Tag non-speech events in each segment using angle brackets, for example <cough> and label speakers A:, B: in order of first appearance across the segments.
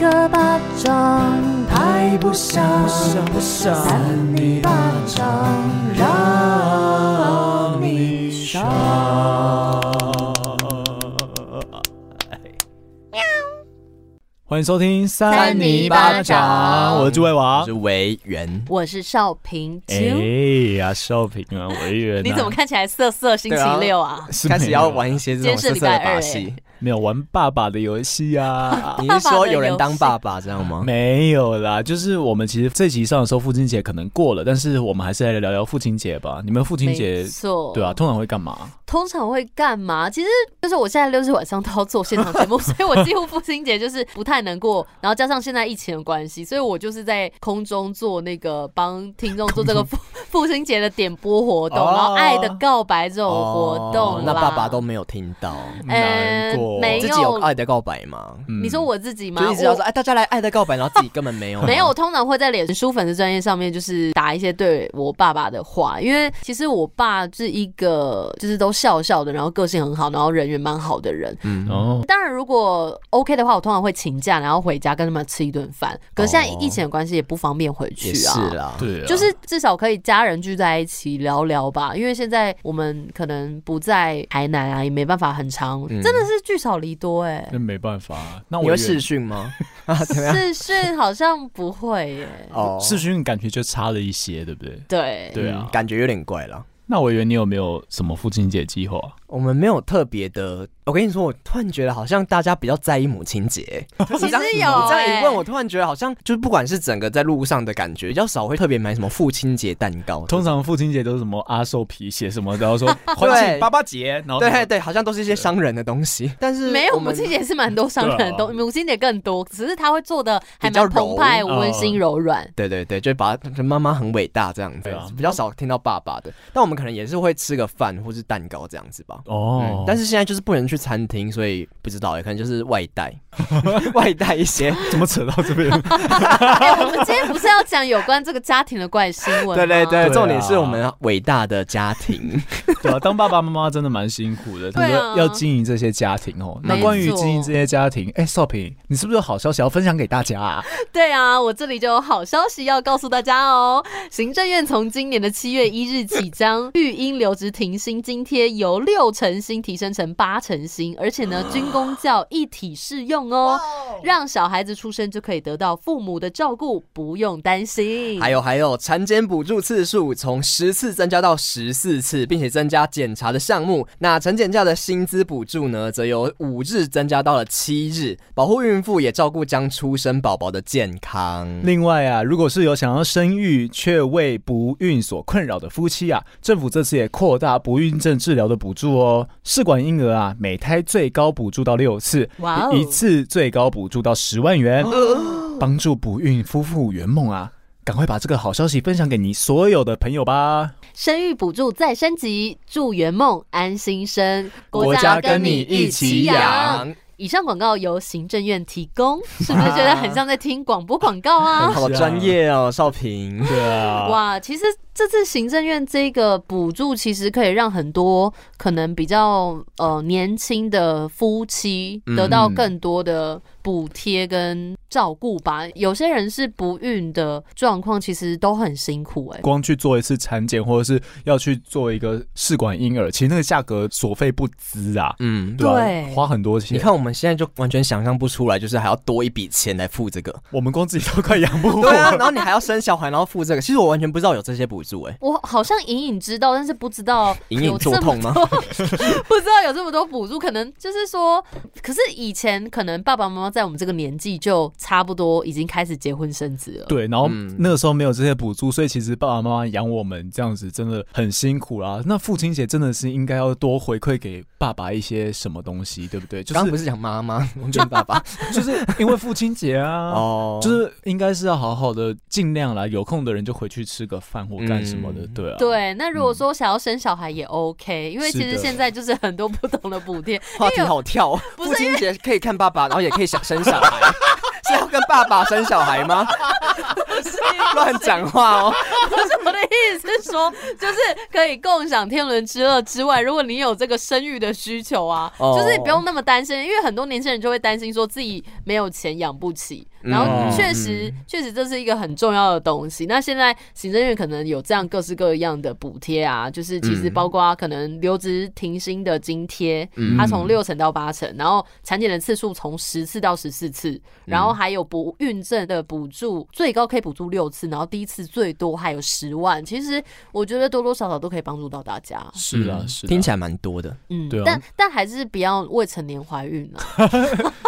A: 个巴掌拍不响，
B: 不想
A: 扇你巴掌让你爽。
B: 欢迎收听
A: 三尼巴掌
B: 我是魏
C: 我
B: 王
C: 是。维园，
A: 我是少平
B: 哎
A: 啾，
B: 呀，少平啊，委员、啊，
A: 你怎么看起来色色星期六啊？
B: 是
C: 开始
B: 没有
C: 要玩一些这种色色的把
A: 今天是礼
C: 戏。
B: 没有玩爸爸的游戏啊？
C: 你是说有人当爸爸这样吗？
B: 没有啦，就是我们其实这集上的时候，父亲节可能过了，但是我们还是来聊聊父亲节吧。你们父亲
A: 没
B: 节
A: 错，
B: 对啊，，通常会干嘛？
A: 通常会干嘛？其实就是我现在六日晚上都要做现场节目，所 <laughs> 以我几乎父亲节就是不太能过，然后加上现在疫情的关系，所以我就是在空中做那个帮听众做这个父 <laughs> 父亲节的点播活动，
B: 哦
A: 然后爱的告白这种活动啦、
C: 哦那爸爸都没有听到，
A: 呃
B: 难过
A: 没
C: 自己有爱的告白吗？
B: 嗯
A: 你说我自己吗？
C: 就一直要说，
A: 我
C: 哎，大家来爱的告白，然后自己根本没有，
A: 没有，我，通常会在脸书粉丝专业上面，就是打一些对我爸爸的话，因为其实我爸是一个就是都笑笑的，然后个性很好，然后人缘蛮好的人，
C: 嗯，
B: 哦，
A: 当然，如果 OK 的话，我通常会请假，然后回家跟他们吃一顿饭。可是现在
C: 哦
A: 疫情的关系，也不方便回
C: 也
A: 去
C: 是
A: 啊。
C: 啦，
B: 对啊，
A: 就是至少可以家人聚在一起聊聊吧，因为现在我们可能不在台南啊，也没办法很长，
C: 嗯
A: 真的是聚少离多哎、
B: 那没办法啊。那
C: 你
B: 我
C: 会试训吗？啊，怎么样？
A: 视讯好像不会耶、
C: 哦，
B: 视讯感觉就差了一些，对不对？
A: 对，
B: 对啊
C: 嗯感觉有点怪了。
B: 那我以为你有没有什么父亲节计划？
C: 我们没有特别的，我跟你说，我突然觉得好像大家比较在意母亲节。
A: <laughs> 其
C: 你这样
A: 实有、欸、
C: 你这样一问，我突然觉得好像就是不管是整个在路上的感觉，比较少会特别买什么父亲节蛋糕。
B: 通常父亲节都是什么阿寿皮鞋什么，然
A: <laughs>
B: 后说欢庆爸爸节，然后
C: 对
B: 什
C: 对
B: 么
C: 哦对，好像都是一些商人的东西， <laughs> 但是
A: 没有
C: 我
A: 母
C: 们
A: 亲节是蛮多商人
B: 对啊
A: 都，母亲节更多，只是他会做的还
C: 比较
A: 蛮澎湃、
B: 柔
A: 温馨、
B: 嗯
A: 柔
C: <laughs>
A: 软。
C: 对对对，就把就妈妈很伟大这样子
B: 对啊，
C: 比较少听到爸爸的。但我们可能也是会吃个饭或是蛋糕这样子吧。
B: 哦
C: 嗯，，但
B: 是
C: 是现在就是不能去餐厅，所以不知道，也可能就是外 <laughs> 带，外带一 <laughs> 些。
B: 怎么扯到这
A: <laughs>
B: 边？
A: 哎、我们今天不是要讲有关这个家庭的怪新闻吗？
C: 对对
B: 对啊
C: 对，重点是我们伟大的家庭。
B: 对啊，当爸爸妈妈真的蛮辛苦的，
A: 对啊
B: 他们要经营这些家庭哦。那
A: 没
B: 关于
A: 错
B: 经营这些家庭，哎，少平，你是不是有好消息要分享给大家啊？
A: 对啊，我这里就有好消息要告诉大家哦。行政院从今年的七月一日起，
C: <laughs>
A: 将育婴留职停薪津贴由六成薪提升成八成薪，而且呢，军工教一体适用哦，让小孩子出生就可以得到父母的照顾，不用担心。
C: 还
A: 有
C: 有还有，产检补助次数从十次增加到十四次，并且增加检查的项目。那产检假的薪资补助呢，则由五日增加到了七日，保护孕妇也照顾将出生宝宝的健康。
B: 另外啊，如果是有想要生育却为不孕所困扰的夫妻啊，政府这次也扩大不孕症治疗的补助哦。试管婴儿啊，每胎最高补助到六次，
A: 哇哦哦
B: 一次最高补助到十万元，帮助不孕夫妇圆梦啊！赶快把这个好消息分享给你所有的朋友吧！
A: 生育补助再升级，祝圆梦安心生，
B: 国家跟你一起养。
A: 以上广告由行政院提供， <laughs> 是不是觉得很像在听广播广告啊？
B: <laughs>
C: 好专业哦，少平。
B: 对啊，
A: 哇，其实这次行政院这个补助，其实可以让很多可能比较呃年轻的夫妻
B: 嗯
A: 得到更多的补贴跟照顾吧。有些人是不孕的状况，其实都很辛苦哎、
B: 光去做一次产检，或者是要去做一个试管婴儿，其实那个价格所费不赀啊，
C: 嗯，
B: 吧、
A: 对
B: 花很多钱。
C: 你看我们现在就完全想象不出来，就是还要多一笔钱来付这个。
B: 我们光自己都快养不活
C: 对啊，然后你还要生小孩，然后付这个。其实我完全不知道有这些补助、哎，
A: 我好像隐隐知道，但是不知道
C: <laughs> 隐隐作痛吗
A: 有这么多？ <laughs> 不知道有这么多补助，可能就是说，可是以前可能爸爸妈妈在我们这个年纪就差不多已经开始结婚生子了。
B: 对，然后
C: 嗯
B: 那个时候没有这些补助，所以其实爸爸妈妈养我们这样子真的很辛苦啦。那父亲节真的是应该要多回馈给爸爸一些什么东西，对不对？就
C: 刚刚不
B: 是
C: 是讲妈妈，我们讲爸爸。
B: 就是因为父亲节 <laughs> 啊。
C: 哦
B: 就是应该是要好好的，尽量啦，有空的人就回去吃个饭或干什么的，
C: 嗯
B: 对啊。，
A: 对，那如果说想要生小孩也 OK，、因为
B: 是
A: 其实
B: 的
A: 现在就是很多不同的补贴，
C: 话题好跳哦，
A: 不
C: 父
A: 是
C: 亲节可以看爸爸，然后也可以想生
B: <laughs>
C: 小孩，是要跟爸爸生小孩吗？乱讲话哦，
A: 不是我的意意思是说，就是可以共享天伦之乐之外，如果你有这个生育的需求啊，
C: 哦
A: 就是你不用那么担心，因为很多年轻人就会担心说自己没有钱养不起，然
C: 嗯
A: 后确实确实这是一个很重要的东西。那现在行政院可能有这样各式各样的补贴啊，就是其实
C: 嗯
A: 包括可能留职停薪的津贴，
C: 嗯
A: 它从六成到八成，然后产检的次数从十次到十四次，然
C: 嗯
A: 后还有不孕症的补助，最高可以补助六次，然后第一次最多还有十万。其实我觉得多多少少都可以帮助到大家，
B: 是啊，是啊，
C: 听起来蛮多的，
A: 嗯，
B: 对啊
A: 但但还是不要未成年怀孕啊，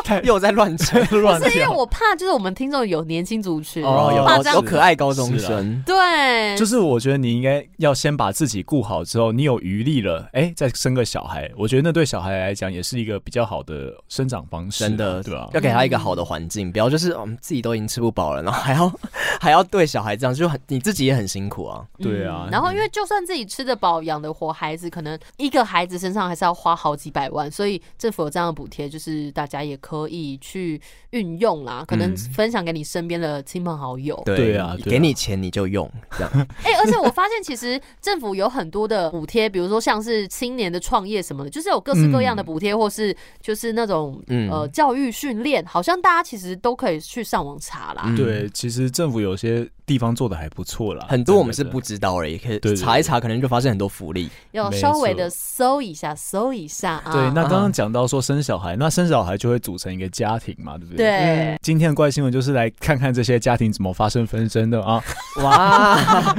B: 太
C: 又在
B: <laughs>
C: 乱扯
B: 乱
A: 是因为
B: 跳。
A: 我怕就是我们听众有年轻族群，
B: 哦
A: 我怕这
C: 有
A: 样，
C: 可爱高中
B: 是啊
C: 生，
A: 对，
B: 就是我觉得你应该要先把自己顾好，之后你有余力了，哎、再生个小孩，我觉得那对小孩来讲也是一个比较好的生长方式啊，
C: 真的
B: 对吧、
C: 要给他一个好的环境，不要就是嗯自己都已经吃不饱了，然后还要 <laughs> 还要对小孩这样，就很你自己也很辛苦啊。
B: 对啊
A: 嗯然后因为就算自己吃得饱、养得活孩子，可能一个孩子身上还是要花好几百万，所以政府有这样的补贴，就是大家也可以去运用啦，可能分享给你身边的亲朋好友。
B: 对啊对啊
C: 给你钱你就用，这样
A: 哎、而且我发现其实政府有很多的补贴，比如说像是青年的创业什么的，就是有各式各样的补贴，或是就是那种。
C: 嗯
A: 呃，教育训练好像大家其实都可以去上网查啦。
C: 嗯
B: 对，其实政府有些地方做的还不错啦，
C: 很多我们是
B: 啊真的
C: 不知道而已，可
B: 对
C: 以
B: 对
C: 查一查，可能就发现很多福利。
A: 要
B: 没
A: 稍微
B: 错
A: 的搜一下，搜一下啊。
B: 对，那
C: 啊
B: 刚刚讲到说生小孩，那生小孩就会组成一个家庭嘛，对不对？。
A: 对，
B: 今天的怪新闻就是来看看这些家庭怎么发生纷争的
C: <laughs>
B: 啊，
C: 哇，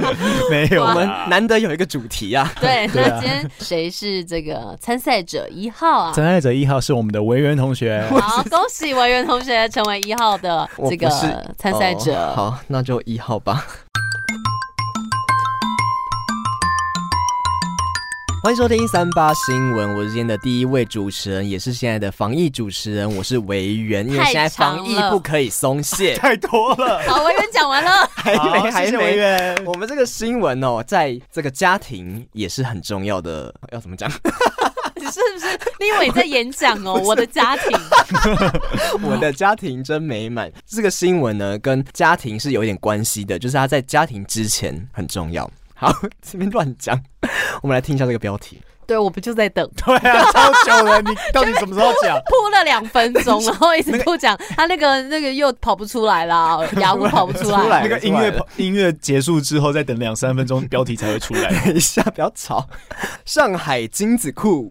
B: 没有
C: <laughs> 我
B: 啦
C: 们难得有一个主题啊，
A: 对，
B: 对
A: 那
B: 啊
A: 今天谁是这个参赛者一号啊？
B: 参赛者一号是我们的维园同
C: <laughs>
B: 学，，
A: 好，恭喜文员同学成为一号的这个
C: 我不是
A: 参赛
C: 哦
A: 者。
C: 好，那就一号吧。 <laughs> 欢迎收听三八新闻，我是今天的第一位主持人，也是现在的防疫主持人，我是维园，因为
A: 太
C: 现在
A: 长
C: 防疫
A: 了
C: 不可以松懈
B: 太多了，
A: 好，文员讲完了，<laughs>
C: <laughs> 还
B: 好
C: 没，还
B: 谢谢维
C: 没。
B: 园。
C: 我们这个新闻哦，在这个家庭也是很重要的，要怎么讲？
A: 你是不是？你以为你在演讲哦？我的家庭，
C: <laughs> 我的家庭真美满。这个新闻呢，跟家庭是有一点关系的，就是他在家庭之前很重要。好， <laughs> 这边乱讲，我们来听一下这个标题。
A: 对我不就在等，
B: 对啊，超久了，你到底什么时候
C: <laughs>
B: 讲？
A: 铺了两分钟，然后一直不讲，他那个那个又跑不出来啦，雅虎跑不出
C: 出
A: 来
C: 来。
B: 那个音乐音乐结束之后，再等两三分钟，标题才会出来。
C: 等一下，不要吵。上海精子库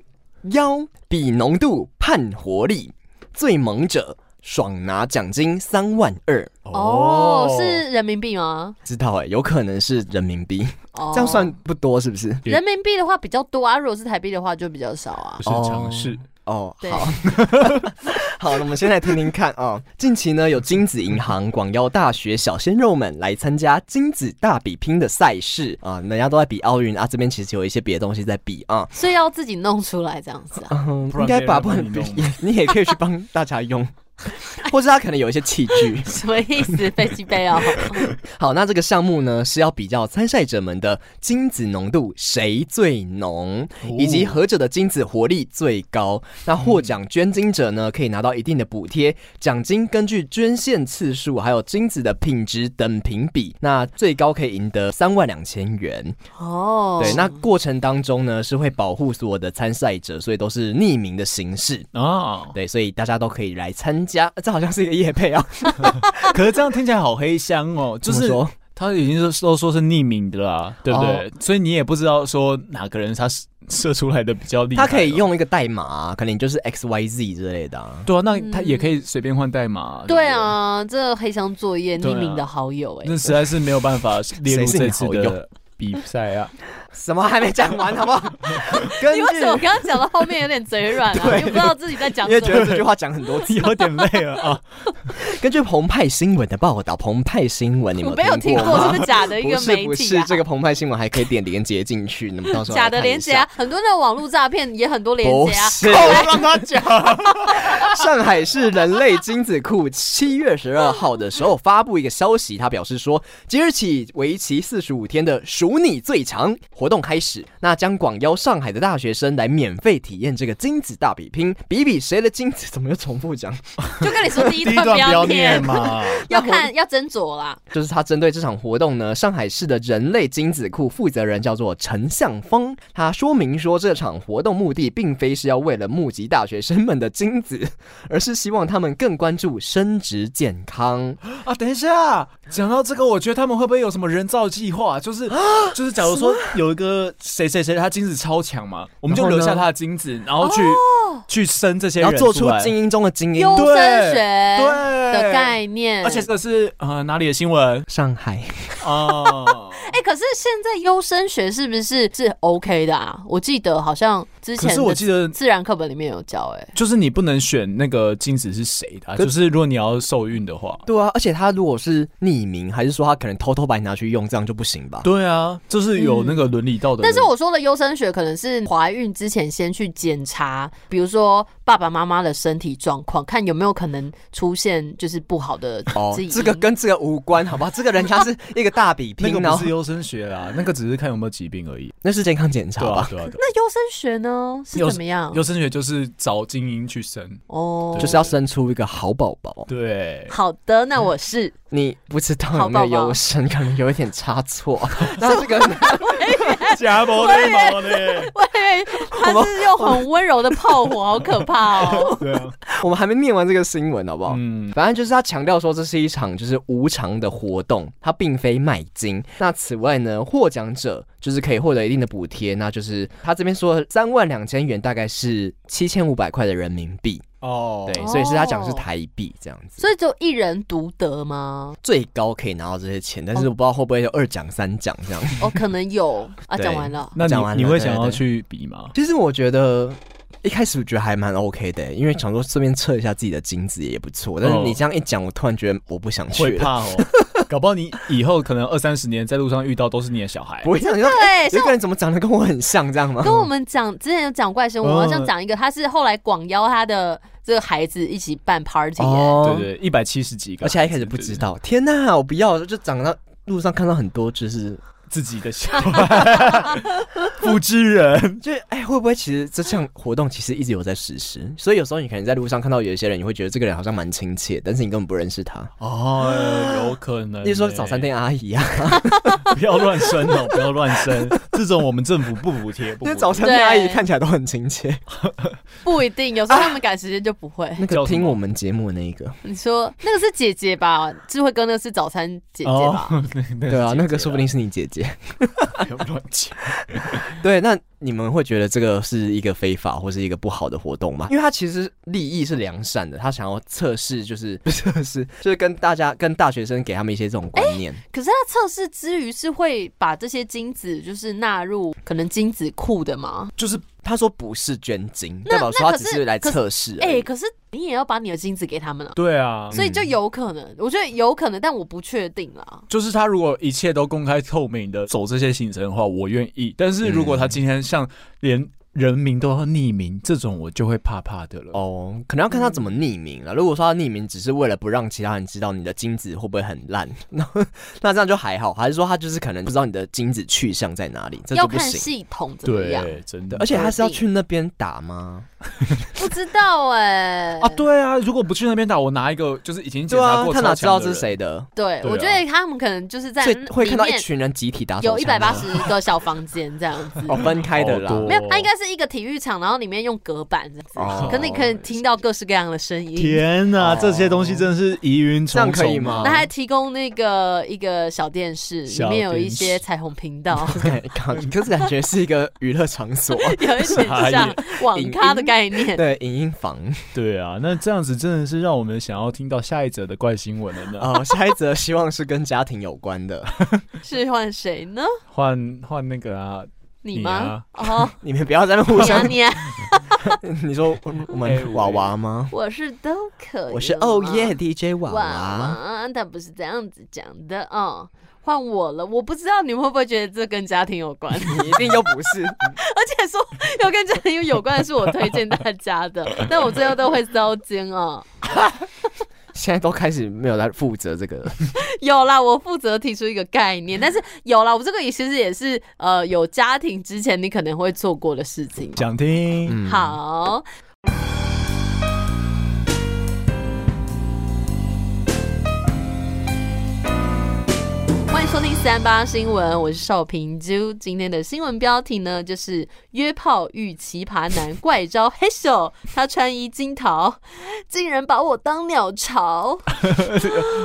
C: 腰比浓度判活力，最猛者爽拿奖金三万二。
A: 哦，是人民币吗？
C: 知道哎、有可能是人民币，
A: 哦，
C: 这样算不多是不是？
A: 人民币的话比较多啊，如果是台币的话就比较少啊
B: 不。是尝试
C: 哦，
A: 对
C: 好，好，那我们先来听听看啊、 <laughs> 近期呢，有精子银行、广药大学小鲜肉们来参加精子大比拼的赛事啊、人家都在比奥运啊，这边其实有一些别的东西在比啊。
A: 所以要自己弄出来这样子啊。 <laughs>
C: 嗯，
B: 不然
C: 应该把不
B: 别人
C: 能
B: 帮你
C: 比， <laughs> 你也可以去帮大家用，或是他可能有一些器具。
A: 什么意思？飞机杯哦，
C: 好，那这个项目呢是要比较参赛者们的精子浓度谁最浓，哦以及何者的精子活力最高。那获奖捐精者呢可以拿到一定的补贴，奖金根据捐献次数还有精子的品质等评比，那最高可以赢得三万两千元。
A: <laughs> 哦，
C: 对，那过程当中呢是会保护所有的参赛者，所以都是匿名的形式。
B: 啊。
C: 对，所以大家都可以来参加，呃这好像是一个夜配 <laughs> 啊。
B: 可是这样听起来好黑箱哦，就
C: 怎么
B: 是
C: 说哦
B: 他已经说都说是匿名的啦，对不对？所以你也不知道说哪个人他射射出来的比较厉害、哦
C: 他可以。用一个代码啊、可能就是 X Y Z 之类的、啊。
B: 对啊，那他也可以随便换代码、
A: 嗯对，啊，这黑箱作业，
B: 对啊
A: 匿名的好友哎、
B: 那实在是没有办法列入
C: 谁是你
B: 这次
C: 好友
B: 的比赛啊。 <laughs>
C: 什么还没讲完，好不好？ <laughs> 根
A: 你为什么
C: 据
A: 刚刚讲到后面有点嘴软啊？
C: 对
A: 又不知道自己在讲
C: 因为
A: 什
C: 觉得
A: 么？
C: 这句话讲很多次，
B: 有点累了
A: <laughs>
B: 啊！
C: 根据澎湃新闻的报道，澎湃新闻你
A: 我
C: 们
A: 没有听过，
C: 过
A: 是
C: 吗
A: 不是假的一
C: 不
A: 个
C: 是
A: 媒
C: 不
A: 体
C: 是
A: 啊？，
C: 这个澎湃新闻还可以点连接进去，你们到时候来
A: 假的
C: 看一
A: 连接
C: 下
A: 啊，，很多那种网络诈骗也很多连
C: 不
A: 接啊。
C: 是。
B: 让他讲。
C: 上海市人类精子库七月十二号的时候发布一个消息，他表示说，即日起为期四十五天的“数你最强”活动开始，那将广邀上海的大学生来免费体验这个精子大比拼，比比谁的精子怎么又重复讲？
A: 就跟你说第
B: <laughs>
A: 一
B: 第一
A: 段
B: 段不要
A: 念
B: 念，嘛，
A: 要看要斟酌啦。
C: 就是他针对这场活动呢，上海市的人类精子库负责人叫做陈向芳，他说明说这场活动目的并非是要为了募集大学生们的精子，而是希望他们更关注生殖健康。
B: 啊，等一下，讲到这个，我觉得他们会不会有什么人造计划？就是就是，假如说有一个谁谁谁，他精子超强嘛，我们就
C: 然后呢
B: 留下他的精子，然后去、去生这些
C: 然
B: 人
C: 后做
B: 出
C: 出
B: 来
C: 精英中的精英。
A: 优生
B: 对
A: 学
B: 对
A: 的概念，
B: 而且这是呃哪里的新
C: <laughs>
B: 闻
C: 上海，
B: 哦？
A: 哎、可是现在优生学是不是是 OK 的啊？我记得好像之
B: 可
A: 前
B: 是我记
A: 的
B: 得。
A: 自然课本里面有教、哎，
B: 就是你不能选那个精子是谁的啊、
C: 可
B: 就是如果你要受孕的话，
C: 对啊，而且他如果是匿名，还是说他可能偷偷把你拿去用，这样就不行吧？
B: 对啊，就是有那个伦理道德的。
A: 嗯但是我说的优生学可能是怀孕之前先去检查，比如说爸爸妈妈的身体状况，看有没有可能出现就是不好的
C: 哦
A: 基因。，
C: 这个跟这个无关，好吧？这个人家是一个大 <laughs> 比
B: 那
C: 拼，
B: 个
C: 然
B: 不
C: 后
B: 是优生学啦，那个只是看有没有疾病而已。
C: 那是健康检查
B: 对啊
C: 吧，？
B: 对啊，对啊
A: 那优生学呢是
B: 优
A: 怎么样？
B: 优生学就是找精英去生。
A: 哦，
C: 就是要生出一个好宝宝。
B: 对，
A: 好的，那我是
C: 你不知道有没有优生，可能有一点差
A: <laughs>
C: 错。那这个
B: <laughs> 假毛的毛
C: <laughs>
B: 的，
A: 喂，他是用很温柔的炮火，好可怕哦！
B: 对啊，
C: 我们还没念完这个新闻，好不好？
B: 嗯，
C: 反正就是他强调说，这是一场就是无偿的活动，它并非卖金。那此外呢，获奖者就是可以获得一定的补贴，那就是他这边说三万两千元，大概是七千五百块的人民币。
B: 哦，
C: 对，所以是他讲的是台币这样子，
A: 所以就一人独得吗？
C: 最高可以拿到这些钱，但是我不知道会不会有二奖三奖这样。
A: 哦，可能有啊。
C: 对
A: 讲完了，
B: 那
C: 讲完了
B: 你你会想
C: 对
B: 要
C: 对
B: 去比吗？
C: 其实我觉得一开始我觉得还蛮 OK 的，因为想说顺便测一下自己的精子也不错。但
B: 嗯
C: 是
B: 哦
C: 你这样一讲，我突然觉得我不想去
B: 会
C: 了。 <laughs>
B: 怕哦，搞不好你以后可能二三十年在路上遇到都是你的小孩
C: 不。会这样，你说
A: 对，
C: 有一
A: 像
C: 个人怎么长得跟我很像这样吗？
A: 跟我们讲之前有讲怪生活，
B: 嗯
A: 我好像讲一个，他是后来广邀他的这个孩子一起办 party，耶
C: 哦
B: 对，对，一百七十几个，
C: 而且还一开始不知道。天哪，我不要，就长到路上看到很多，就是
B: 自己
C: <laughs>
B: 的小孩，不知人。
C: 就是哎，会不会其实这项活动其实一直有在实施？所以有时候你可能在路上看到有一些人，你会觉得这个人好像蛮亲切，但是你根本不认识他。
B: 哦，有可能欸。
C: 例如说早餐店阿姨啊，
B: 不要乱生哦，不要乱生， <laughs> 这种我们政府不补贴，不补
C: 因为
B: 贴
C: 早餐店阿姨
A: 对
C: 看起来都很亲切。
A: 不一定，有时候他们赶时间就不
C: <laughs>
A: 会。
C: 那个
B: 叫什么
C: 听我们节目的那一个，
A: 你说那个是姐姐吧？智慧哥那个是早餐姐姐吧？
B: 哦，
C: 对 <laughs>
B: 对
C: 啊，那个说不定是你姐姐。 <laughs>
B: 不要乱讲。
C: 对，那你们会觉得这个是一个非法或是一个不好的活动吗？因为他其实利益是良善的，他想要测试，就是 <laughs> 不是测试，就是哎跟大家跟大学生给他们一些这种观念。
A: 可是他测试之余是会把这些精子就是纳入可能精子库的吗？
C: 就是他说不是捐精，
A: 那
C: 代表
A: 那可
C: 说他
A: 是
C: 只是来测试而
A: 哎、
C: 已。
A: 可是你也要把你的精子给他们啊，
B: 对
C: 嗯
B: 啊，
A: 所以就有可能，我觉得有可能，但我不确定啦。
B: 就是他如果一切都公开透明的走这些行程的话，我愿意。但是如果他今天像连人名都要匿名，这种我就会怕怕的了。
C: 哦，可能要看他怎么匿名了。如果说他匿名只是为了不让其他人知道你的精子会不会很烂， <laughs> 那那这样就还好。还是说他就是可能不知道你的精子去向在哪里，这
A: 要
C: 就不
A: 看
C: 行。
A: 系统怎么样，
B: 对，真的
C: 对，而且他是要
A: 定
C: 去那边打吗？
A: 不知道哎、
B: 啊，对啊，如果不去那边打，我拿一个就是已经检
C: 对
B: 查
C: 啊
B: 过，，
C: 他哪知道这是？谁的？
A: 对，
B: 对啊
A: 我觉得他们可能就是在
C: 所以会
A: 里
C: 看到一
A: 面
C: 群人集体打手枪。
A: 有一百八十个小房间这样子
C: <laughs> 哦分开的啦
B: 好，
A: <laughs>
B: 多
A: 没有，它应该是一个体育场，然后里面用隔板这样子，
C: 哦
A: 可能你可以听到各式各样的声音。
B: 天哪，
C: 哦
B: 这些东西真是疑云重啊重。
C: 这样可以吗
A: 那还提供那个一个小电视，里
B: 小
A: 面有一
B: 电视
A: 些彩虹频道， <laughs>
C: 感感 <laughs> 就是感觉是一个娱乐场所，
A: 有一点
B: 傻眼
A: 像网咖的概念。
C: 对，影音房。
B: 对啊，那这样子真的是让我们想要听到下一则的怪新闻了呢。
C: 哦，下一则希望是跟家庭有关的， <laughs>
A: 是换谁呢？
B: 换换那个啊，
A: 你吗？哦，
C: 你们不要在那边互
A: 你啊
C: 相。
A: 你啊，
C: <laughs> 你说我我
B: 哎我
C: 们娃娃吗？
A: 我是都可以。
C: 我是哦耶 DJ 娃娃，
A: 哇，他不是这样子讲的哦。换我了，我不知道你们会不会觉得这跟家庭有关，而
C: <laughs> 你一定又不是。 <laughs>
A: 且说要跟家庭啊有关的是我推荐大家的，但我最后都会遭奸哦。
C: 现在都开始没有来负责这个了。 <laughs>
A: 有啦，我负责提出一个概念，但是有啦，我这个也其实也是呃，有家庭之前你可能会做过的事情。
B: 想听。
C: 嗯，
A: 好。欢迎收听三八新闻，我是邵平啾。今天的新闻标题呢，就是约炮遇奇葩男怪招黑手，他穿衣惊逃，竟然把我当鸟巢。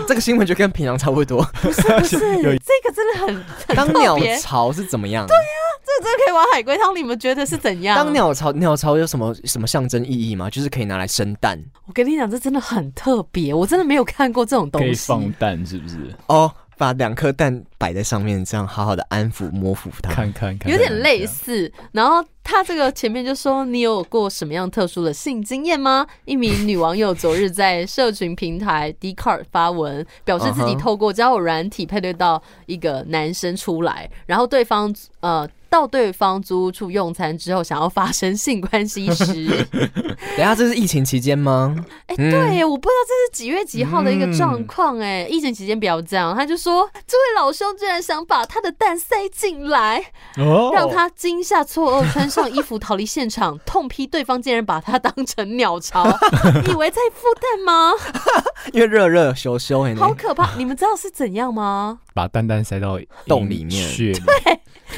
C: 这个新闻就跟平常差不多。 <laughs>
A: 不是，这
B: <laughs> 有
A: 个真的很很
C: 当
A: 特
C: 鸟
A: 别
C: 巢是怎么样？啊对呀、
A: 这真的可以玩海龟汤，你们觉得是怎样？
C: 当，鸟巢，鸟巢有什么什么象征意义吗？就是可以拿来生蛋
A: 我跟你讲，这真的很特别，我真的没有看过这种东
B: 可以
A: 西。
B: 放蛋是不是？
C: 哦，把两颗蛋摆在上面，这样好好的安抚、摸抚它。
B: 看看看，
A: 有点
C: 啊
A: 类似。然后他这个前面就说：“你有过什么样特殊的性经验吗？”一名女网友昨日在社群平台 d c a r d 发文，表示自己
C: 嗯哼
A: 透过交友软体配对到一个男生出来，然后对方呃。到对方租屋处用餐之后，想要发生性关系
C: <laughs>
A: 时，
C: 等一下这是疫情期间吗？
A: 哎、
C: 嗯
A: 对耶，我不知道这是几月几号的一个状况哎。疫情期间不要这样，他就说这位老兄居然想把他的蛋塞进来，
B: 哦
A: 让他惊吓错愕，穿上衣服逃离现场，痛批对方竟然把他当成鸟
C: <laughs>
A: 巢，以为在孵蛋吗？
C: 哎因为热热羞羞很
A: 好可
C: 啊
A: 怕！你们知道是怎样吗？
B: 把蛋蛋塞到
C: 洞里面
B: 穴里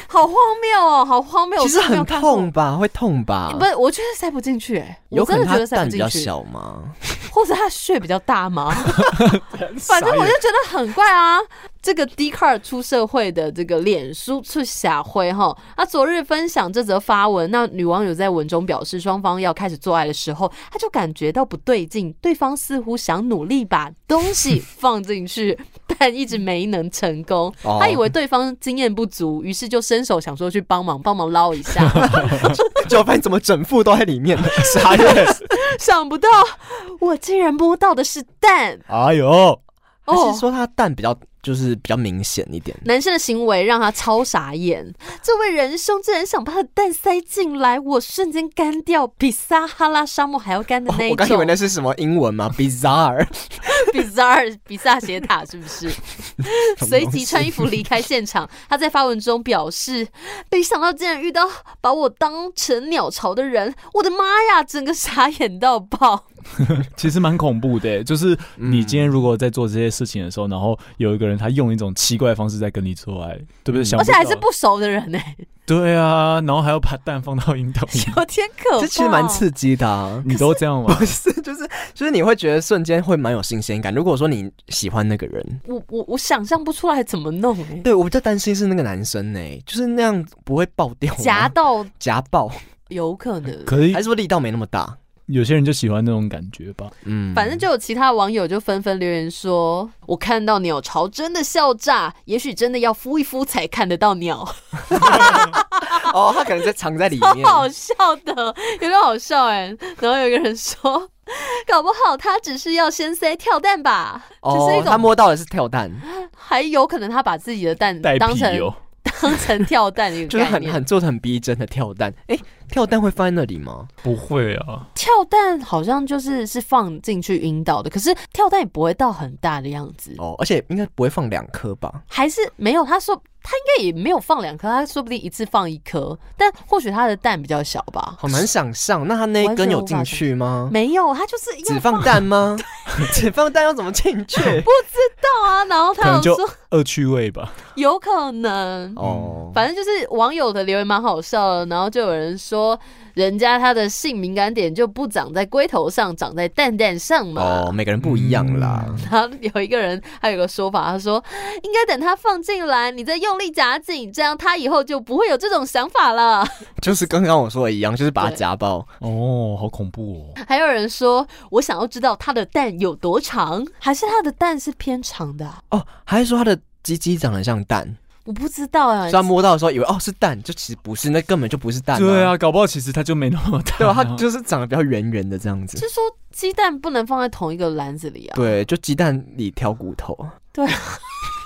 A: 好荒谬哦，好荒谬！
C: 其实
A: 我真的没
C: 很
A: 有看过
C: 痛。吧？会痛吧？
A: 不是，我觉得塞不进去、哎，
C: 有
A: 我
C: 可
A: 真
C: 能
A: 的觉
C: 它
A: 得塞
C: 蛋
A: 不
C: 比
A: 进
C: 较
A: 去，
C: 小吗？
A: 或者他血比较大吗？反正
B: 傻眼
A: 我就觉得很怪啊。这个 d c a r 出社会的这个脸书出霞辉哈，他昨日分享这则发文，那女网友在文中表示，双方要开始做爱的时候，他就感觉到不对劲，对方似乎想努力把东西放进去， <laughs> 但一直没能成功。
C: 哦
A: 他以为对方经验不足，于是就伸手想说去帮忙帮忙捞一下，
C: <laughs>
B: <laughs>
C: 就发现怎么整副都在
A: <laughs>
C: 里面，傻眼。
A: 想不到我竟然摸到的是蛋
B: 哎呦，
A: 哦
C: 还是说它蛋比较就是比较明显一点？
A: 男生的行为让他超傻眼，这位仁兄竟然想把他的蛋塞进来，我瞬间干掉，比撒哈拉沙漠还要干的那一
C: 哦我刚以为
A: 种。
C: 那是什么英文嘛，bizarre。
A: 比萨尔比萨斜塔是不
C: <laughs>
A: 是？随即穿衣服离开现场。他在发文中表示，没想到竟然遇到把我当成鸟巢的人，我的妈呀，整个傻眼到爆。
B: 其实蛮恐怖的耶，就是你今
C: 嗯
B: 天如果在做这些事情的时候，然后有一个人他用一种奇怪的方式在跟你做爱，对不对？
C: 嗯
B: 想
A: 而且还是
B: 到
A: 不熟的
C: <laughs>
A: 人呢、
B: 对啊，然后还要把蛋放到阴道里，
A: 有点可怕。
C: 这其实蛮刺激的、啊。
B: 你都这样吗？
C: 不是，就是就是你会觉得瞬间会蛮有新鲜感。如果说你喜欢那个人，
A: 我我我想象不出来怎么弄哎、
C: 对我比较担心是那个男生呢、就是那样不会爆掉吗，
A: 夹到
C: <laughs> 夹爆，
A: 有可能。
B: 可是
C: 还是说力道没那么大？
B: 有些人就喜欢那种感觉吧。
C: 嗯，
A: 反正就有其他网友就纷纷留言说：“我看到鸟巢真的笑炸，也许真的要孵一孵才看得到鸟，
C: 哦，他可能在藏在里
A: 好
C: 面。
A: 好笑的，有点好笑哎、然后有一个人说：“搞不好他只是要先塞跳蛋吧，只是一
C: 哦，他
A: 种，
C: 摸到的是跳蛋，
A: 还有可能他把自己的蛋
B: 带
A: 当
B: 皮哦
A: 成
B: 油，
A: <laughs> 当成跳蛋的一
C: 哦 <laughs> 就
A: 个
C: 是
A: 概
C: 很
A: 念。
C: 很做的很逼真的跳蛋。哎、跳蛋会放在那里吗？
B: 不会啊，
A: 跳蛋好像就是是放进去引导的，可是跳蛋也不会到很大的样子，
C: 哦，而且应该不会放两颗吧？
A: 还是没有，他说他应该也没有放两颗，他说不定一次放一颗，但或许他的蛋比较小吧。
C: 好难想象。那他那一根有进去
B: 嗯
C: 吗？
A: 没有，他就是
C: 只
A: 要
C: 放蛋吗？ <laughs> 只放蛋要怎么进去？
A: 到啊，然后
B: 可
A: 他
B: 能
A: 有
B: 就 <laughs>
A: 说
B: 恶趣味吧。
A: 有可能，
C: 哦，
A: 反正就是网友的留言蛮好笑的，然后就有人说人家他的性敏感点就不长在龟头上，长在蛋蛋上嘛。
C: 哦，每个人不一样啦。
A: 然后有一个人还有个说法，他说应该等他放进来，你再用力夹紧，这样他以后就不会有这种想法了。
C: 就是刚刚我说的一样，就是把它夹爆。
B: 哦，好恐怖哦！
A: 还有人说，我想要知道它的蛋有多长，还是它的蛋是偏长的啊、
C: 哦，还是说它的鸡鸡长得像蛋，
A: 我不知道啊
C: 所以。他摸到的时候以为哦是蛋，就其实不是，那根本就不是蛋、
B: 对，啊，搞不好其实他就没那么大。
C: 对啊，它就是长得比较圆圆的这样子。
A: <laughs> 是啊说鸡蛋不能放在同一个篮子里啊？。
C: 对，就鸡蛋里挑骨头。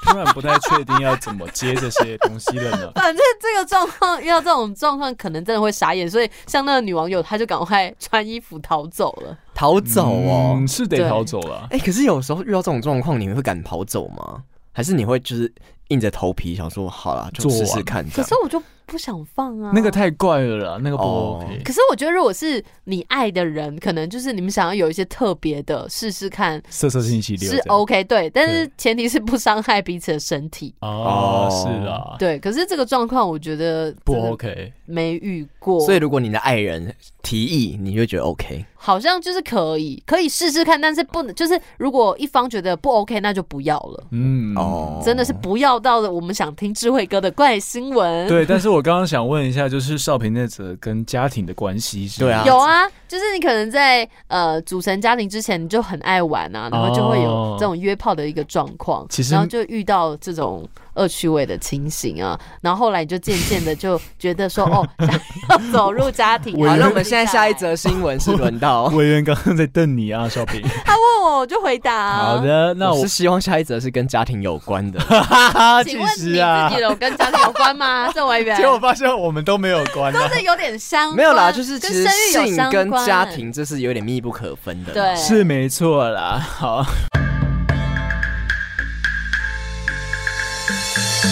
B: 突然不太确定要怎么接这些东西了呢
A: 反正这个状况遇到这种状况，可能真的会傻眼。所以像那个女网友，她就赶快穿衣服逃走了。
C: 逃走哦。
B: 嗯是得
A: 对
B: 逃走了。
C: 哎、可是有时候遇到这种状况，你会敢跑走吗？还是你会就是硬着头皮想说好了，就
B: 做啊
C: 试试
B: 完
C: 看这
A: 可
C: 样？
A: 是我就不想放啊。
B: 那个太怪了啦，那个不
C: 哦
B: OK。
A: 可是我觉得，如果是你爱的人，可能就是你们想要有一些特别的试试看
B: 色色星期六
A: 是哦 OK 对，但是前提是不伤害彼此的身体。
B: 哦，
C: 哦
B: 是啊，
A: 对，可是这个状况我觉得
B: 不
A: 真的
B: OK。
A: 没遇过，
C: 所以如果你的爱人提议，你就觉得 OK。
A: 好像就是可以可以试试看，但是不能就是如果一方觉得不 OK，那就不要了。
B: 嗯，
C: 哦，
A: 真的是不要到了我们想听智慧哥的怪新闻。
B: 对。但是我刚刚想问一下，就是少平那则跟家庭的关系是
C: 对啊
A: 有啊，就是你可能在呃组成家庭之前，你就很爱玩
C: 哦
A: 啊，然后就会有这种约炮的一个状况，
B: 其实。
A: 然后就遇到这种恶趣味的情形啊，然后后来你就渐渐的就觉得说，
C: <laughs>
A: 哦，想要走入家庭。
C: 好，
A: 然
C: 那
A: 后
C: 我们现在下一，则新闻是轮到
B: <laughs> 委员刚刚在瞪你啊，少平。
A: 他问我，我就回答、啊
B: 好，的， <laughs> 那
C: 那我
B: 我
C: 是希望下一则是跟家庭有关的，
B: 哈哈，
A: 请
B: 其
A: 问你自
B: 实啊
A: 己，的有跟家庭有关
C: <laughs>
A: 吗？郑委员，
B: 结果发现我们都没有关啊。
A: 这有点相关
C: 没有啦，就是其实
A: 跟生育有
C: 性
A: 相
C: 跟
A: 关
C: 家庭这是有点密不可分的。
A: 对
B: 是没错啦。好，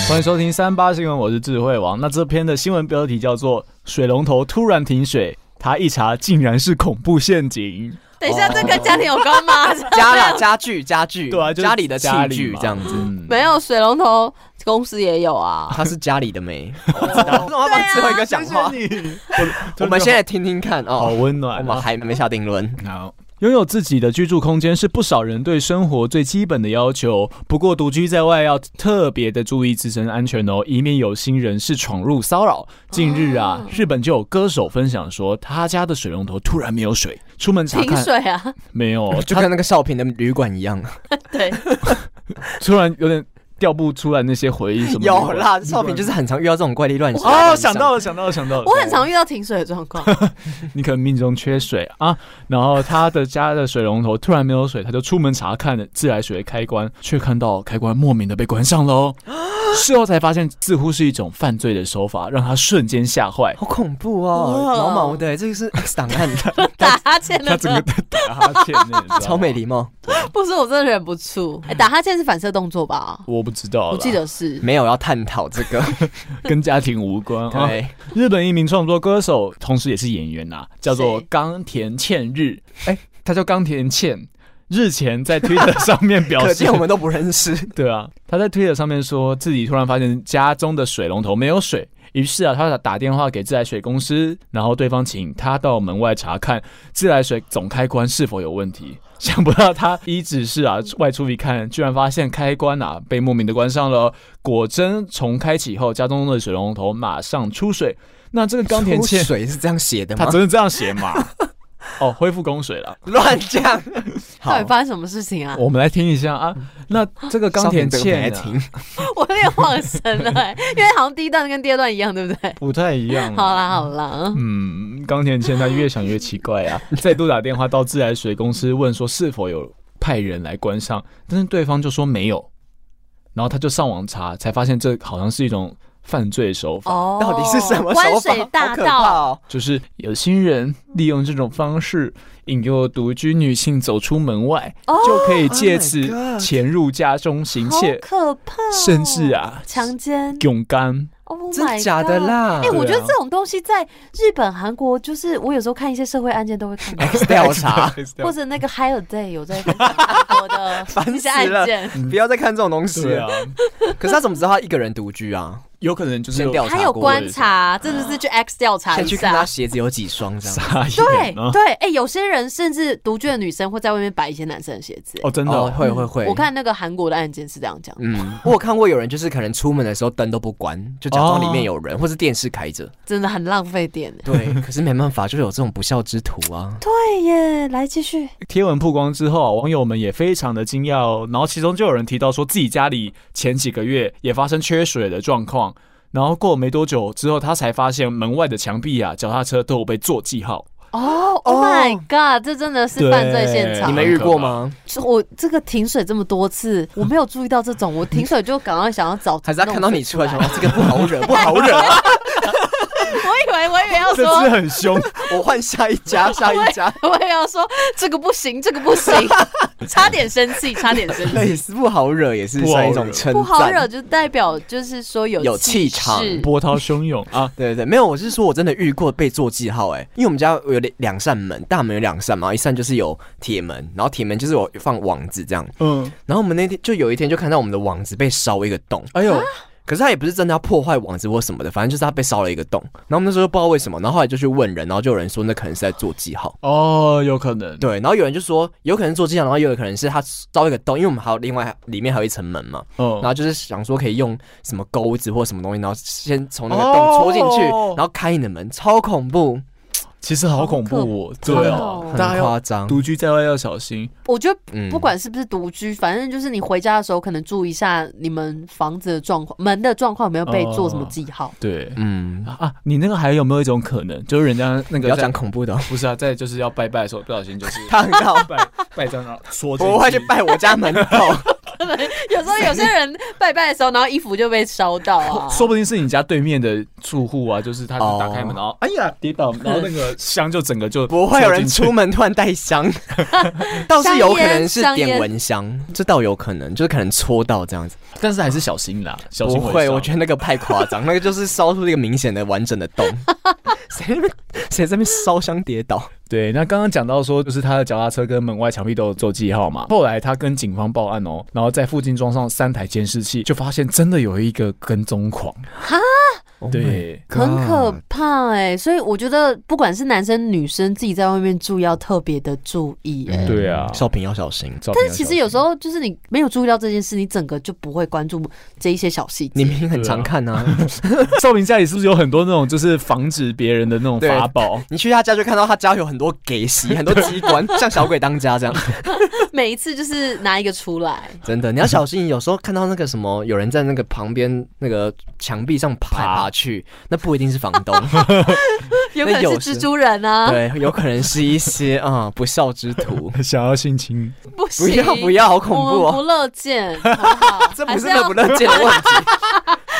B: 欢迎收听三八新闻，我是智慧王。那这篇的新闻标题叫做《水龙头突然停水》。他一查，竟然是恐怖陷阱。
A: 等一下，这跟家庭有关
C: <laughs>
A: 吗？<laughs>
C: 家啦，家具，家具，
B: 对啊就是
C: 家里的器
B: 家里
C: 具
B: 嘛
C: 这样子。
B: 嗯，
A: 没有水龙头公司也有啊。
C: 他是家里
B: <laughs>
C: 的没，我不知道为什么要帮智慧哥讲话？
B: 谢谢你。
C: 我们现在听听看
B: 好
C: 哦，
B: 温
C: 我
B: 暖、
C: 们
B: 啊。
C: 还没下定论。
B: 好，拥有自己的居住空间是不少人对生活最基本的要求。不过，独居在外要特别的注意自身安全哦，以免有心人士闯入骚扰。近日啊，
A: 哦
B: 日本就有歌手分享说，他家的水龙头突然没有水，出门查
A: 停
B: 看
A: 水
C: <laughs>
A: 啊，
B: 没
A: <laughs>
B: 有，
C: 就
B: 哦就
C: 跟那个少平的旅馆一样，
A: 对，
B: 突然有点调不出来那些回忆什么的。
C: <laughs> 有啦，少平就是很常遇到这种怪力乱神。
B: 哦，想到了，想到了，想到了。
A: 我很常遇到停水的状况，
B: 你可能命中缺水啊，然后他的家的水龙头突然没有水，他就出门查看了自来水的开关，却看到开关莫名的被关上
C: <gasps>
B: 喽。事后才发现，似乎是一种犯罪的手法，让他瞬间吓坏，
C: 好恐怖哦，
A: 哇
C: 毛毛的，这个是 X 档
B: <laughs>
C: 案，
B: 啊
A: 打哈欠
B: 他
A: 的时
B: 整
A: 候
B: 个在打哈欠呢，你知道吗
C: 超没。礼貌。
A: 不是我真的忍不住。哎，打哈欠是反射动作吧？
B: 我不知道啦，
A: 我记得是。
C: 没有要探讨这
B: <laughs>
C: 个，
B: 跟家庭无关啊。
C: 对，
B: 日本一名创作歌手，同时也是演员呐、啊叫做
A: 谁
B: 冈田茜日。哎、他叫冈田茜，日前在 Twitter 上面表
C: 可
B: 示
C: 见我们都不认识。
B: <laughs> 对啊，他在推特上面说自己突然发现家中的水龙头没有水，于是啊，他打电话给自来水公司，然后对方请他到门外查看自来水总开关是否有问题。 <laughs> 想不到他一指示啊，外出一看，居然发现开关啊被莫名的关上了。果真重开启后，家中的水龙头马上出水。那这个冈田茜
C: <laughs> 出，水是这样写的
B: 他
C: 吗？
B: 真的这样写
C: <laughs>
B: 嘛？哦，恢复供水了。
C: 乱讲。
A: 到
C: 好
A: 底，发生什么事情啊？
B: 我们来听一下啊。那这个冈田
C: 少平这个
B: 茜、
C: 没在
B: 啊、
C: 听，
A: 我有点晃神了，哎因为好像第一段跟第二段一样，对不对？
B: 不太一样、啊。
A: 好啦好啦，
B: <laughs> 嗯，冈田茜他越想越奇怪
A: <laughs>
B: 啊，再度打电话到自来水公司问说是否有派人来关上，但是对方就说没有，然后他就上网查，才发现这好像是一种犯罪手法，
A: 哦
C: 到底是什么
A: 关
C: 手法？
A: 水
C: 好
A: 大
C: 可怕
A: 道，
C: 哦！
B: 就是有心人利用这种方式引诱独居女性走出门外，
A: 哦
B: 就可以借此
C: Oh my God
B: 潜入家中行
A: 好
B: 窃，
A: 可怕哦，
B: 甚至啊
A: 强奸
B: 勇敢。
A: ，Oh
C: 真
A: my
C: 的假的
A: God
C: 啦
A: 哎、？
C: <laughs>
A: 我
B: 对
A: 觉得
B: 啊
A: 这种东西在日本、韩国，就是我有时候看一些社会案件都会看到，
C: 调 <laughs> 查，
A: <laughs> 或者那个 Higher Day 有在分享韩国的
C: 烦
A: 一些
C: 死了
A: 案件，
C: 不要再看这种东西
B: 对啊
C: 了。，可是他怎么知道他一个人独居啊？
B: 有可能就是
C: 先调查
A: 他有
C: 过
A: 观察，这就是去 X 调查
C: 先
A: 一
C: 去看他
A: 下。
C: 鞋子有几双这样。
B: 傻
A: 对
B: 眼啊！
A: 对，哎、有些人甚至独居的女生会在外面摆一些男生的鞋子。
B: 哦，真的
C: 哦，
B: 哦
C: 会会会，
A: 嗯我看那个韩国的案件是这样讲，
C: 嗯，我有看过有人就是可能出门的时候灯都不关，就假装里面有人，
A: 哦
C: 或是电视开着。
A: 真的很浪费电哎。
C: 对，可是没办法，就有这种不孝之徒啊。
A: 对耶，来继续。
B: 贴文曝光之后啊，网友们也非常的惊讶哦。然后其中就有人提到说自己家里前几个月也发生缺水的状况，然后过没多久之后，他才发现门外的墙壁啊，脚踏车都有被做记号。
A: 哦、o h my God，这真的是犯罪现
B: 对
A: 场。
C: 你没遇过吗？
A: 就我这个停水这么多次，我没有注意到这种，我停水就赶快想要找，
C: 还是他看到你出
A: 出来 <laughs>
C: 来，想到这个不好惹，不好惹啊。
A: 以为我以为
C: <laughs>
A: 要
B: 这只
A: 说，
B: 很凶，
C: 我换下一家，下一 <laughs> 家
A: <laughs> 我以为要说这个不行，这个不行， <laughs> 差点生气，差点生
C: 类
A: 气。
C: 似不好惹也是
B: 不好
C: 算一
B: 惹
C: 种称赞。
A: 不好惹就代表就是说有
C: 有
A: 气
C: 气场
A: 势
B: 波涛汹涌啊！
C: 对对对，没有，我是说我真的遇过被做记号哎、因为我们家有两两扇门，大门有两扇嘛，一扇就是有铁门，然后铁门就是有放网子这样，
B: 嗯，
C: 然后我们那天就有一天就看到我们的网子被烧一个洞，啊
B: 哎呦，
C: 可是他也不是真的要破坏网子或什么的，反正就是他被烧了一个洞，然后我们那时候不知道为什么，然后后来就去问人，然后就有人说那可能是在做记号。
B: 哦，有可能，
C: 对，然后有人就说有可能做记号，然后也有可能是他烧一个洞，因为我们还有另外里面还有一层门嘛，然
B: 嗯，
C: 后就是想说可以用什么钩子或什么东西，然后先从那个洞戳进去，
B: 哦
C: 然后开你的门，超恐怖，
B: 其实好恐怖哦，
A: 好可
B: 对
A: 怕
B: 哦
A: 哦，
B: 大家
C: 很夸
B: 要
C: 张。
B: 独居在外要小心。
A: 我觉得
C: 嗯
A: 不管是不是独居，反正就是你回家的时候，可能注意一下你们房子的状况、门的状况有没有被做什
C: 哦
A: 么记号。
B: 对
C: 嗯，
B: 啊啊，你那个还有没有一种可能，就是人家那
C: 不
B: 个
C: 要
B: 在
C: 讲恐怖 <laughs> 的、哦，
B: 不是啊，在就是要拜拜的时候不小心就是
C: 烫到
B: 拜拜张啊，戳进
C: 我会去拜我家门口，
A: 有时候有些人拜拜的时候，然后衣服就被烧到
C: <laughs>
A: 啊。
B: 说不定是你家对面的住户啊，就是他
C: 哦
B: 打开门，然后哎呀跌倒，然后那个香就整个就
C: <laughs> 不会有人
B: 戳进
C: 出
B: 去。
C: 门突然带香， <laughs> 倒是有可能是
A: 香烟
C: 点蚊香，这倒有可能，就是可能戳到这样子。
B: 但是还是小心啦，小心
C: 不会，我觉
B: 得
C: 得那个太夸 <laughs> 张，那个就是烧出一个明显的完整的 <laughs> 洞。谁在那边谁在那边烧香跌倒？
B: 对。那刚刚讲到说，就是他的脚踏车跟门外墙壁都有做记号
C: 嗯
B: 嘛。后来他跟警方报案哦，然后在附近装上三台监视器，就发现真的有一个跟踪狂。
C: ？Oh
B: 对，
A: 很可怕哎、所以我觉得不管是男生女生，自己在外面住要特别的注意哎、
C: 嗯
B: 对啊
C: 少平要小心。
B: 但
A: 但其实有时候就是你没有注意到这件事，你整个就不会关注这一些小细
C: 你
A: 节。
C: 明明很常看啊， <laughs>
B: 少平家里是不是有很多那种就是防止别人的那种
C: 对
B: 法
C: <laughs>
B: 宝？
C: 你去他家就看到他家有很多给席，很多机 <laughs> 关，像小鬼当家这样。
A: <laughs> 每一次就是拿一个出
C: <laughs>
A: 来，
C: 真的，你要小心。有时候看到那个什么，有人在那个旁边那个墙壁上爬来爬去，那不一定是房 <laughs> 东，
A: 有可能是蜘蛛人啊，
C: 对，有可能是一些啊、不孝之徒。
B: 想要性侵，
A: <laughs> 不
C: 不
A: 行，
C: 要不要，好恐怖
A: 我们
C: 哦！
A: 不乐见，好不好
C: <laughs> 这不
A: 还
C: 是
A: 是
C: 乐
A: 要
C: 不乐见的问题。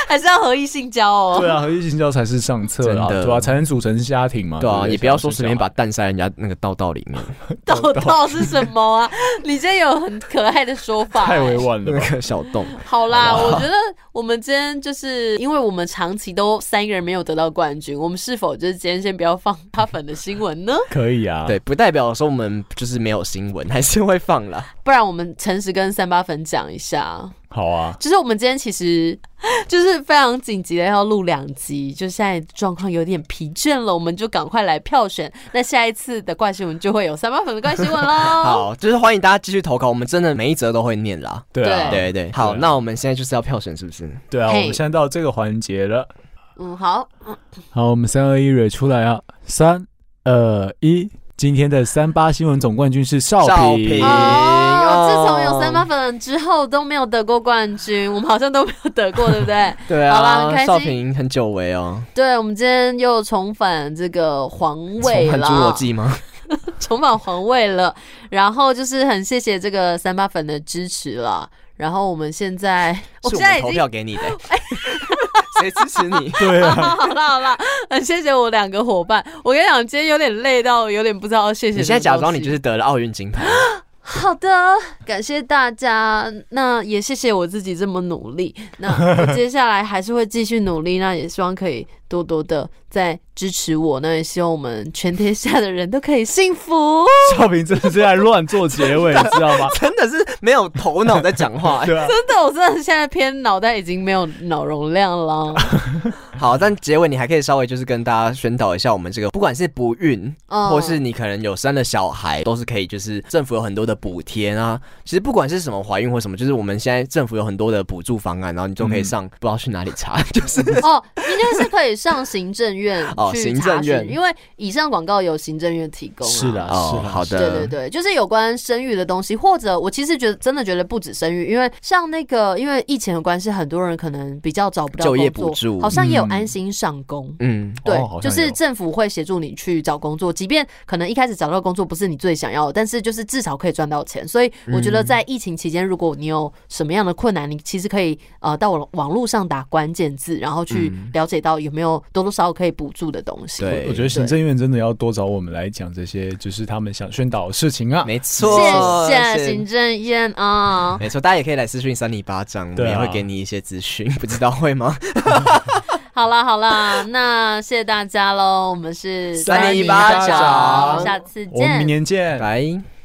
A: 还是要合意性交哦。
B: 对啊，合一性交才是上策啦，
C: 真的
B: 对啊？才能组成家庭嘛。
C: <laughs> 对啊，
B: 不
C: 你不要说随
B: 想要
C: 便
B: 生小孩
C: 把蛋塞人家那个道道里面，
A: 道 <laughs> 道是什么啊？你今天有很可爱的说法、欸
B: 太委婉了
C: 那
B: 吧。
C: 个小洞。
A: 好啦，我觉得我们今天就是因为我们长期都三个人没有得到冠军，我们是否就是今天先不要放他粉的新闻
C: <laughs>
A: 呢？
B: 可以啊，
C: 对，不代表说我们就是没有新闻，还是会放啦。
A: 不然我们诚实跟三八粉讲一下，
B: 好啊，
A: 就是我们今天其实就是非常紧急的要录两集，就现在状况有点疲倦了，我们就赶快来票选。那下一次的怪新闻就会有三八粉的怪新闻喽。
C: <laughs> 好，就是欢迎大家继续投稿，我们真的每一则都会念啦。
B: 对啊，
C: 对对，好，
B: 对啊
C: 那我们现在就是要票选，是不是？
B: 对啊，我
A: 嘿
B: 们现在到这个环节了。
A: 嗯，好，
B: 好，我们三二一蕊出来啊，三二一。今天的三八新闻总冠军是少
C: 少
B: 平
C: 平，
A: 哦，自从
C: 哦
A: 有三八粉之后都没有得过冠军，我们好像都没有得过，对不对？
C: 对
A: 好啦很
C: 啊，
A: 开心
C: 少平很久违哦，
A: 对，我们今天又重返这个皇位
C: 重返
A: 了，
C: 侏罗纪吗？
A: <laughs> 重返皇位了。然后就是很谢谢这个三八粉的支持了。然后我们现在，
C: 是
A: 现
C: 我
A: 在
C: 们
A: 已
C: 投
A: 经
C: 票给你的，谁支持你？
B: 对啊，
A: <laughs> 好了好了，很谢谢我两个伙伴。我跟你讲，今天有点累到有点不知道要谢谢。
C: 你现在假装你就是得了奥运金牌，
A: 好的，感谢大家，那也谢谢我自己这么努力。那
C: <laughs>
A: 我接下来还是会继续努力，那也希望可以多多的再支持我，那也希望我们全天下的人都可以幸福。
B: 少平真的是在乱做结尾，你知道吗？
C: <laughs> 真的是没有头脑在讲 <laughs> 话。
B: 对啊，
A: 真的，我真的现在偏脑袋已经没有脑容量
C: <laughs>
A: 了。
C: 好，但结尾你还可以稍微就是跟大家宣导一下，我们这个不管是不孕，
A: 嗯
C: 或是你可能有生了小孩，都是可以，就是政府有很多的补贴啊。其实不管是什么怀孕或什么，就是我们现在政府有很多的补助方案，然后你都可以上，不知道去哪里查，就是
A: 哦，应该是可以上行政院
C: <laughs> 哦
A: 去
C: 行
A: 查
C: 政院
A: 询，因为以上广告由行政院提供、啊。
B: 是的，
C: 哦
B: 是，的，
C: 好的，
A: 对对对，就是有关生育的东西，或者我其实觉得真的觉得不止生育，因为像那个因为疫情的关系，很多人可能比较找不到
C: 就业
A: 工作
C: 补助
A: 好像也有
B: 嗯
A: 安心上工。
C: 嗯，
A: 对，
B: 哦好像
A: 就是
B: 有
A: 政府会协助你去找工作，即便可能一开始找到工作不是你最想要的，但是就是至少可以赚到钱。所以我觉得在疫情期间，如果你有什么样的困难，你其实可以呃到网网络上打关键字，然后去了解到有没有有多多少少可以补助的东西。
C: 嗯对
B: 我觉得行政院真的要多找我们来讲这些，就是他们想宣导的事情啊。
C: 没错，
A: 谢
B: 哦
A: 谢行政院啊、
C: 没错，大家也可以来私讯扇你一巴掌，我
B: 对
C: 们
B: 啊
C: 也会给你一些资讯，不知道会吗？
B: <laughs>
A: 好啦好啦，那谢谢大家喽，我们是
C: 三零一
A: 零
C: 巴
B: 掌
A: 下次见，
B: 我们明年见，
C: 拜。